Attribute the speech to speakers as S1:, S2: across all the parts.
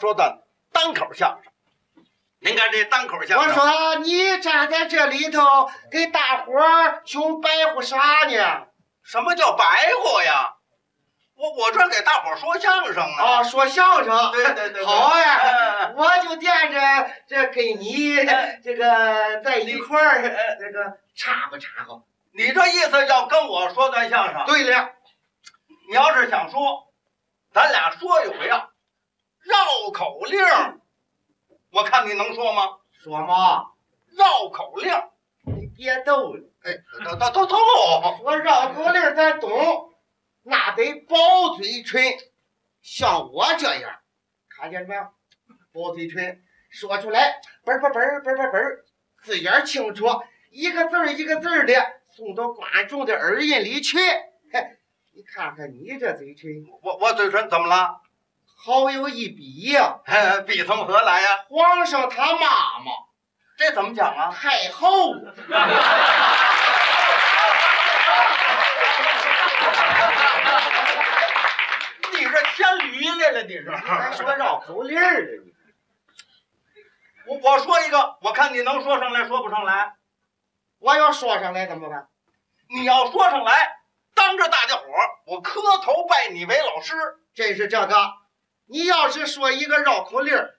S1: 说的单口相声。您看这单口相
S2: 我
S1: 声，
S2: 说你站在这里头给大伙儿穷白活啥
S1: 啊
S2: 呢？
S1: 什么叫白活呀？我我这给大伙儿说相声呢。
S2: 啊，说相声。
S1: 对对对，
S2: 好呀，
S1: 呀，
S2: 我就惦着这跟你
S1: 哎
S2: 这个在一块
S1: 哎
S2: 儿
S1: 哎
S2: 这个插吧插吧。
S1: 你这意思要跟我说段相声？
S2: 对了，
S1: 你要是想说，咱俩说一回啊，绕口令儿，我看你能说吗？
S2: 说嘛，
S1: 绕口令儿，
S2: 你别逗了，
S1: 都都都都我
S2: 我绕口令儿咱懂，那得包嘴唇，像我这样，看见了没有？包嘴唇说出来，嘣儿嘣儿嘣儿嘣儿嘣儿嘣儿，字眼儿清楚，一个字儿一个字儿的送到观众的耳音里去。嘿，你看看你这嘴唇，
S1: 我我嘴唇怎么了？
S2: 好有一比呀、
S1: 哎比从何来呀、
S2: 皇上他妈妈。
S1: 这怎么讲啊？
S2: 太后。
S1: 你这牵驴来了，你这
S2: 还说绕口令儿了你，
S1: 我我说一个，我看你能说上来，说不上来。
S2: 我要说上来怎么办？
S1: 你要说上来，当着大家伙儿，我磕头拜你为老师。
S2: 真是这个，你要是说一个绕口令儿，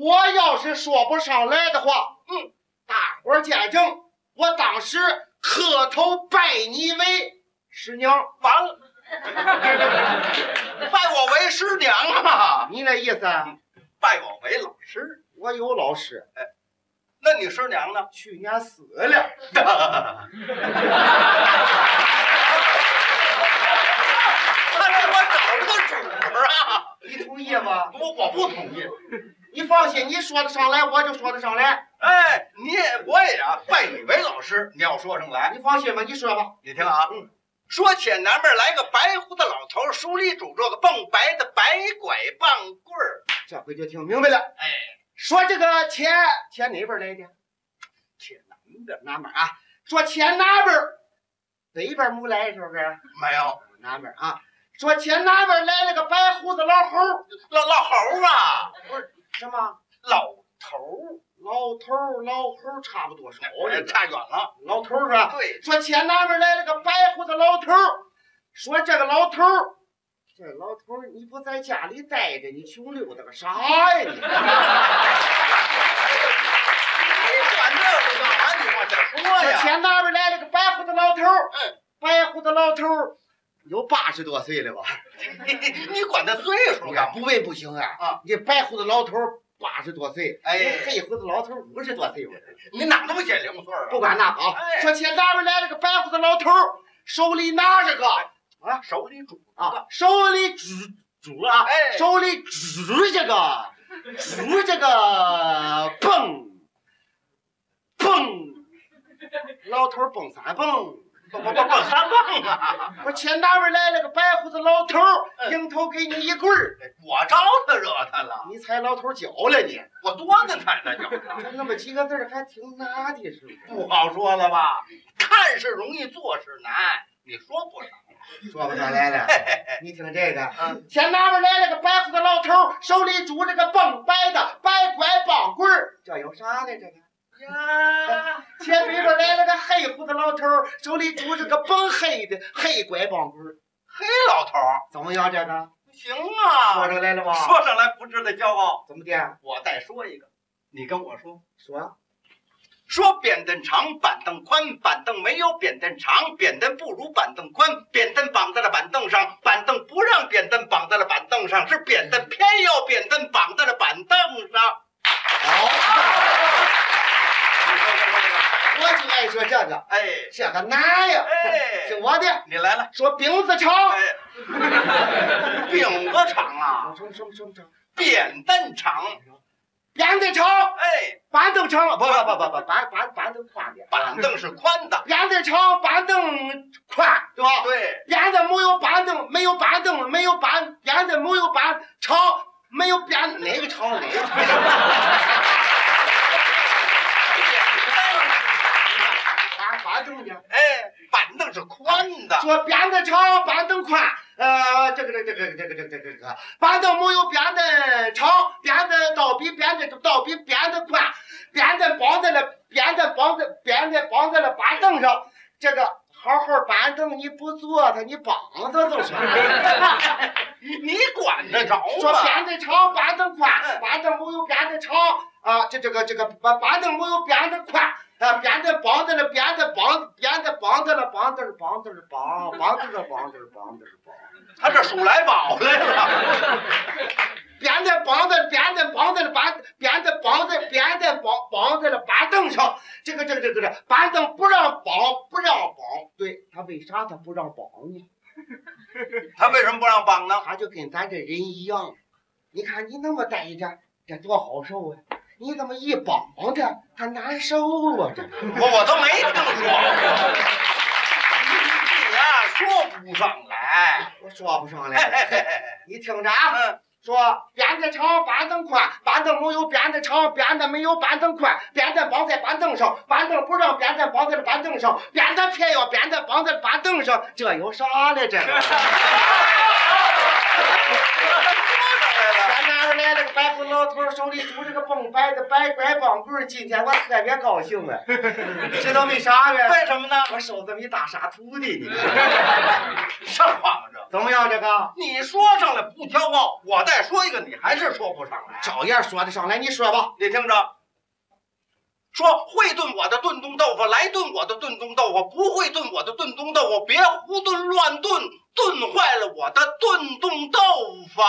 S2: 我要是说不上来的话，嗯，大伙儿见证，我当时磕头拜你为师娘。
S1: 完了， 拜我为师娘啊，
S2: 你那意思啊，
S1: 拜我为老师。
S2: 我有老师，
S1: 那你师娘呢？
S2: 去年死了，
S1: 看来我找了个主儿啊！
S2: 你同意吗？
S1: 我我不同意。
S2: 你放心，你说得上来，我就说得上来。
S1: 哎，你也我也啊，拜你为老师。你要说上来，
S2: 你放心吧，你说吧。
S1: 你听啊，
S2: 嗯
S1: 说起南边来个白胡子老头，手里拄着个蹦白的白拐棒棍儿。
S2: 这回就听明白了。
S1: 哎，
S2: 说这个钱钱哪边儿来的？
S1: 铁男的
S2: 南边儿啊。说钱哪边儿？北边儿没来是不是？
S1: 没有，
S2: 南边儿啊。说钱哪边儿来了个白胡子老猴儿？
S1: 老老猴儿啊，
S2: 什么？
S1: 老头
S2: 老头儿老猴儿差不多少
S1: 儿，哎
S2: 这个
S1: 差远了。
S2: 老头儿是吧？
S1: 对，
S2: 说钱哪边儿来了个白胡子老头儿？说这个老头儿。这老头儿，你不在家里待着，你穷溜达个啥呀你？
S1: 你管这个干嘛？你往下说
S2: 这
S1: 呀。
S2: 前那边来了个白胡子老头儿，
S1: 嗯
S2: 白胡子老头儿有八十多岁了吧？
S1: 你你管他岁数干嘛？
S2: 不问不行啊！
S1: 啊，
S2: 你白胡子老头儿八十多岁，
S1: 哎
S2: 黑胡子老头儿五十多岁吧？
S1: 你哪那么些零碎儿
S2: 不
S1: 啊？
S2: 管那个啊，
S1: 哎
S2: 说前那边来了个白胡子老头儿，手里拿着个
S1: 手里拄
S2: 啊，手里拄拄啊，
S1: 哎
S2: 手里拄这个拄这个蹦蹦，老头儿蹦三蹦。
S1: 不不不不三蹦啊！
S2: 我前大门来了个白胡子老头儿，迎头给你一棍儿，
S1: 我招他惹他了，
S2: 你踩老头儿脚了你。
S1: 我多的踩他就。
S2: 就 那么几个字儿，还挺拿的是吧？
S1: 不好说了吧？看是容易，做是难。你说不难？
S2: 说不上来 了。你听这个
S1: 嗯，
S2: 前大门来了个白胡子老头儿，手里拄着个蹦白的白拐棒棍儿，这有啥呢？这个
S1: 哎呀，
S2: 前北边来了个黑胡子老头儿，手里拄着个蹦黑的黑拐棒棍儿，
S1: 嘿，老头儿，
S2: 怎么样？这个
S1: 行
S2: 说
S1: 啊，
S2: 上来了吧？
S1: 说上来不值得骄傲。
S2: 怎么的？啊
S1: 我再说一个，你跟我说，
S2: 说
S1: 说扁担长，板凳宽，板凳没有扁担长，扁担不如板凳宽，扁担绑在了板凳上，板凳不让扁担绑在了板凳上，是扁担偏要扁担绑在了板凳上。
S2: 好，
S1: 你说说这个，
S2: 我就爱说这个，
S1: 哎
S2: 这个难呀。听
S1: 哎，
S2: 我的。
S1: 你来了，
S2: 说饼子长，
S1: 哎，饼子长啊。
S2: 啊什么什么什么长，
S1: 扁担长，
S2: 扁担长，
S1: 哎，
S2: 板凳长，不不不不不，板板板凳宽点，
S1: 板凳是宽的，
S2: 扁担长，板凳宽，对吧？
S1: 对，
S2: 扁担没有板凳，没有板凳，没有板，扁担没有板长，没有扁哪个长哪个 长，板板凳呢？
S1: 哎，板凳是宽的，
S2: 说扁担长，板凳宽，呃，这个这个这个这个这个这个这个，板凳没有扁担长，扁这个好好板凳你不坐它，你膀子都是。
S1: 你管得着
S2: 说
S1: 吗？
S2: 扁担长，板凳宽，
S1: 嗯
S2: 板凳没有扁担长啊，这这个这个板板凳没有扁担宽。啊，扁担绑着了，扁担绑，扁担绑着了，绑着了，绑着了，绑，绑着了，绑着了，绑着了，绑。
S1: 他这数来宝来了，
S2: 扁担绑在扁担绑在了板，扁担绑在扁担绑绑在了板凳上。这个这个这个这个板凳不让绑，不让绑。对他为啥他不让绑呢？
S1: 他为什么不让绑呢？
S2: 他就跟咱这人一样，你看你那么待着，这多好受啊！你怎么一绑着，他难受啊？这
S1: 我我都没听说过。你呀、说不上来。
S2: 我说不上
S1: 哎哎
S2: 来。
S1: 哎哎
S2: 你听着啊。
S1: 嗯，
S2: 说扁担长，板凳宽，板凳没有扁担长，扁担没有板凳宽，扁担绑在板凳上，板凳不让扁担绑在了板凳上，扁担偏要扁担绑在了板凳上，这有啥嘞？这个咱拿出来了个白胡老头，手里拄着个蹦白的白拐棒棍儿，今天我特别高兴啊！知道为啥呗？
S1: 为什么呢？
S2: 我收这么一大傻徒弟，你
S1: 上话吗这？
S2: 怎么样？这个
S1: 你说上来不骄傲，我再说一个，你还是说不上来。
S2: 照样说得上来，你说吧。
S1: 你听着，说会炖我的炖冬豆腐，来炖我的炖冬豆腐；不会炖我的炖冬豆腐，别胡炖乱炖，炖坏了我的炖冬豆腐。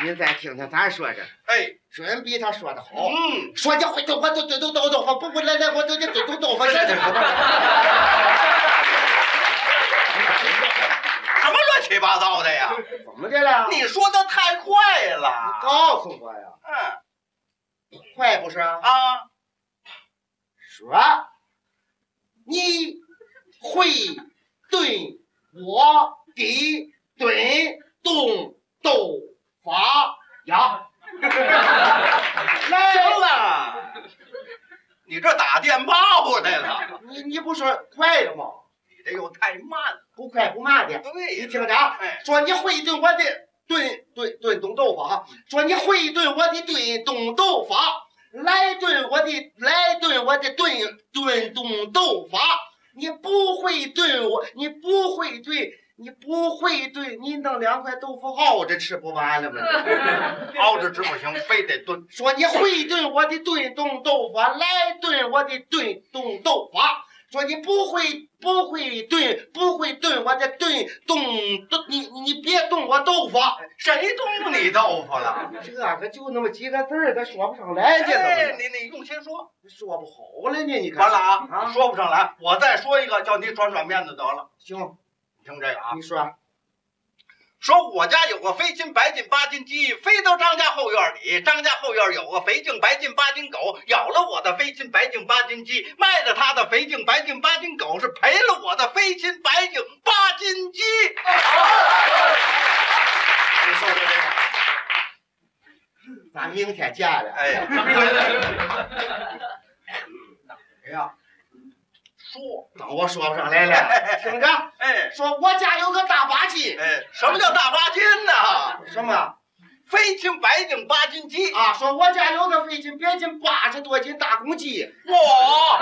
S2: 您再听听咱说这，
S1: 哎，
S2: 准比他说的好。
S1: 嗯，
S2: 说这会豆，我都嘴都豆豆，我不不来来，我都这嘴都豆腐。这
S1: 什么乱七八糟的呀？
S2: 怎么的了？
S1: 你说的太快了。
S2: 告诉我呀，
S1: 嗯
S2: 快不是？
S1: 啊，
S2: 说，你会对我的对动豆法呀？
S1: 行
S2: 来，
S1: 了，你这打电巴不的了，
S2: 你你不说快了吗？
S1: 你这又太慢了。
S2: 不快不慢的，
S1: 对
S2: 你
S1: 呀，
S2: 听着啊。
S1: 哎，
S2: 说你会炖我的炖炖炖冻豆腐啊，说你会炖我的炖冻豆腐，来炖我的来炖我的炖炖冻豆腐，你不会炖我，你不会炖，你不会炖，你弄两块豆腐熬着吃不完了吗？
S1: 熬着吃不行，非得炖。
S2: 说你会炖我的炖冻豆腐，来炖我的炖冻豆腐。说你不会不会炖不会炖我的炖冻冻，你你别动我豆腐。
S1: 啊谁动你豆腐了？
S2: 这个就那么几个字儿，他说不上来，这
S1: 哎，
S2: 怎
S1: 你你用心说。
S2: 么说不好了呢？你看，
S1: 完了啊，
S2: 啊
S1: 说不上来，我再说一个，叫你转转面子得了。
S2: 行，
S1: 你听这个啊，
S2: 你说
S1: 说我家有个飞禽、白禽、八斤鸡，飞到张家后院里。张家后院有个肥净、白净、八斤狗，咬了我的飞禽、白净、八斤鸡，卖了他的肥净、白净、八斤狗，是赔了我的飞禽、白净、八斤鸡。
S2: 你说的这个，咱明天见了。
S1: 哎呀，
S2: 哎呀，
S1: 说，
S2: 那我说不上来了，听着，
S1: 哎
S2: 说我家有个大八斤，
S1: 哎，什么叫大八斤呢？
S2: 什么啊？
S1: 飞禽、白净、八斤鸡，
S2: 说我家有个飞禽、白禽八十多斤大公鸡，
S1: 哇，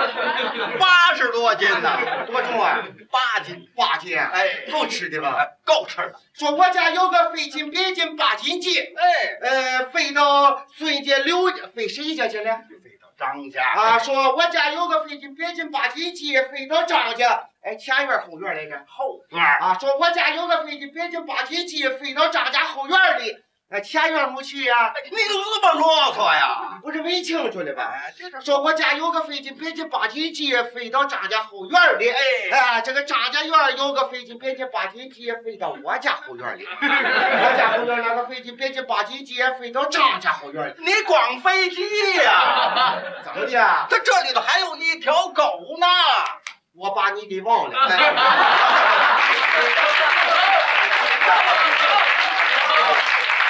S1: 八十多斤呢，
S2: 多重啊？
S1: 八斤，
S2: 八斤。
S1: 哎，
S2: 够吃的吧？
S1: 够吃了，
S2: 说我家有个飞禽、白禽八斤鸡，
S1: 哎，
S2: 呃，飞到孙家刘家，飞谁家去了？
S1: 飞到张家
S2: 啊，说我家有个飞机，别进八斤鸡，飞到张家，哎，前院后院来着。
S1: 后院儿
S2: 啊，说我家有个飞机，别进八斤鸡，飞到张家后院里，哎，前院没去呀、
S1: 哎你怎么这么啰嗦呀？
S2: 不是问清楚了吧？
S1: 哎，这是
S2: 说我家有个飞机，别进八斤鸡，飞到张家后院里。
S1: 哎，
S2: 哎，这个张家院有个飞机，别进八斤鸡，飞到我家后院里。 我家后院那个飞机，别进八斤鸡，飞到张家后院里。
S1: 你光飞机呀？
S2: 怎么的？
S1: 它这里头还有一条狗呢。
S2: 我把你给忘了。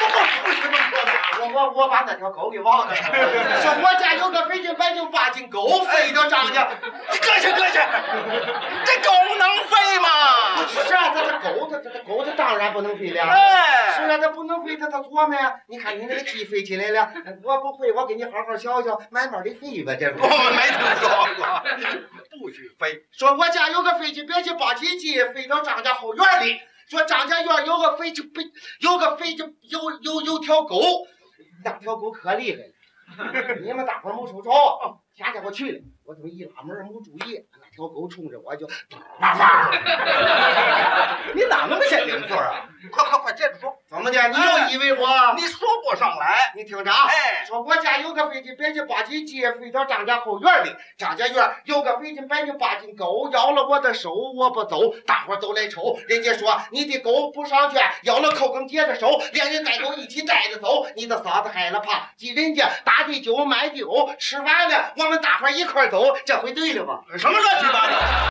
S1: 不许这么说话，
S2: 我我 我我把那条狗给忘了。 说我家有个非常白净八斤狗，飞到张家。
S1: 搁下搁下，这狗能飞吗？
S2: 是啊，它这狗，它它它狗，它当然不能飞了。是
S1: 哎，
S2: 啊，它不能飞，它它琢磨呀。你看你那个鸡飞起来了，我不会，我给你好好学学，慢慢的飞吧，这不
S1: 我。们没听说过， 不许飞。
S2: 说我家有个飞机，别去八级机，飞到张家后院里。说张家院有个飞机， 飞有个飞机，有有有条狗，那条狗可厉 害了。你们大伙儿没瞅着，啊前天我去了，我这么一拉门儿没注意，那条狗冲着我就 哇哇。
S1: 你哪那么显灵座啊？快快快，接着说，
S2: 怎么的？你又以为我？
S1: 你说不上来。
S2: 你听着啊！
S1: 哎，
S2: 说我家有个飞机，白斤八斤鸡，飞到张家后院里。张家院有个飞机，白斤八斤狗，咬了我的手，我不走。大伙儿都来瞅，人家说你的狗不上圈，咬了寇更杰的手，连人带狗一起带着走。你的嫂子害了怕，记人家打的酒，买的藕，吃完了我们大伙儿一块儿走，这回对了吧？
S1: 什么乱七八糟？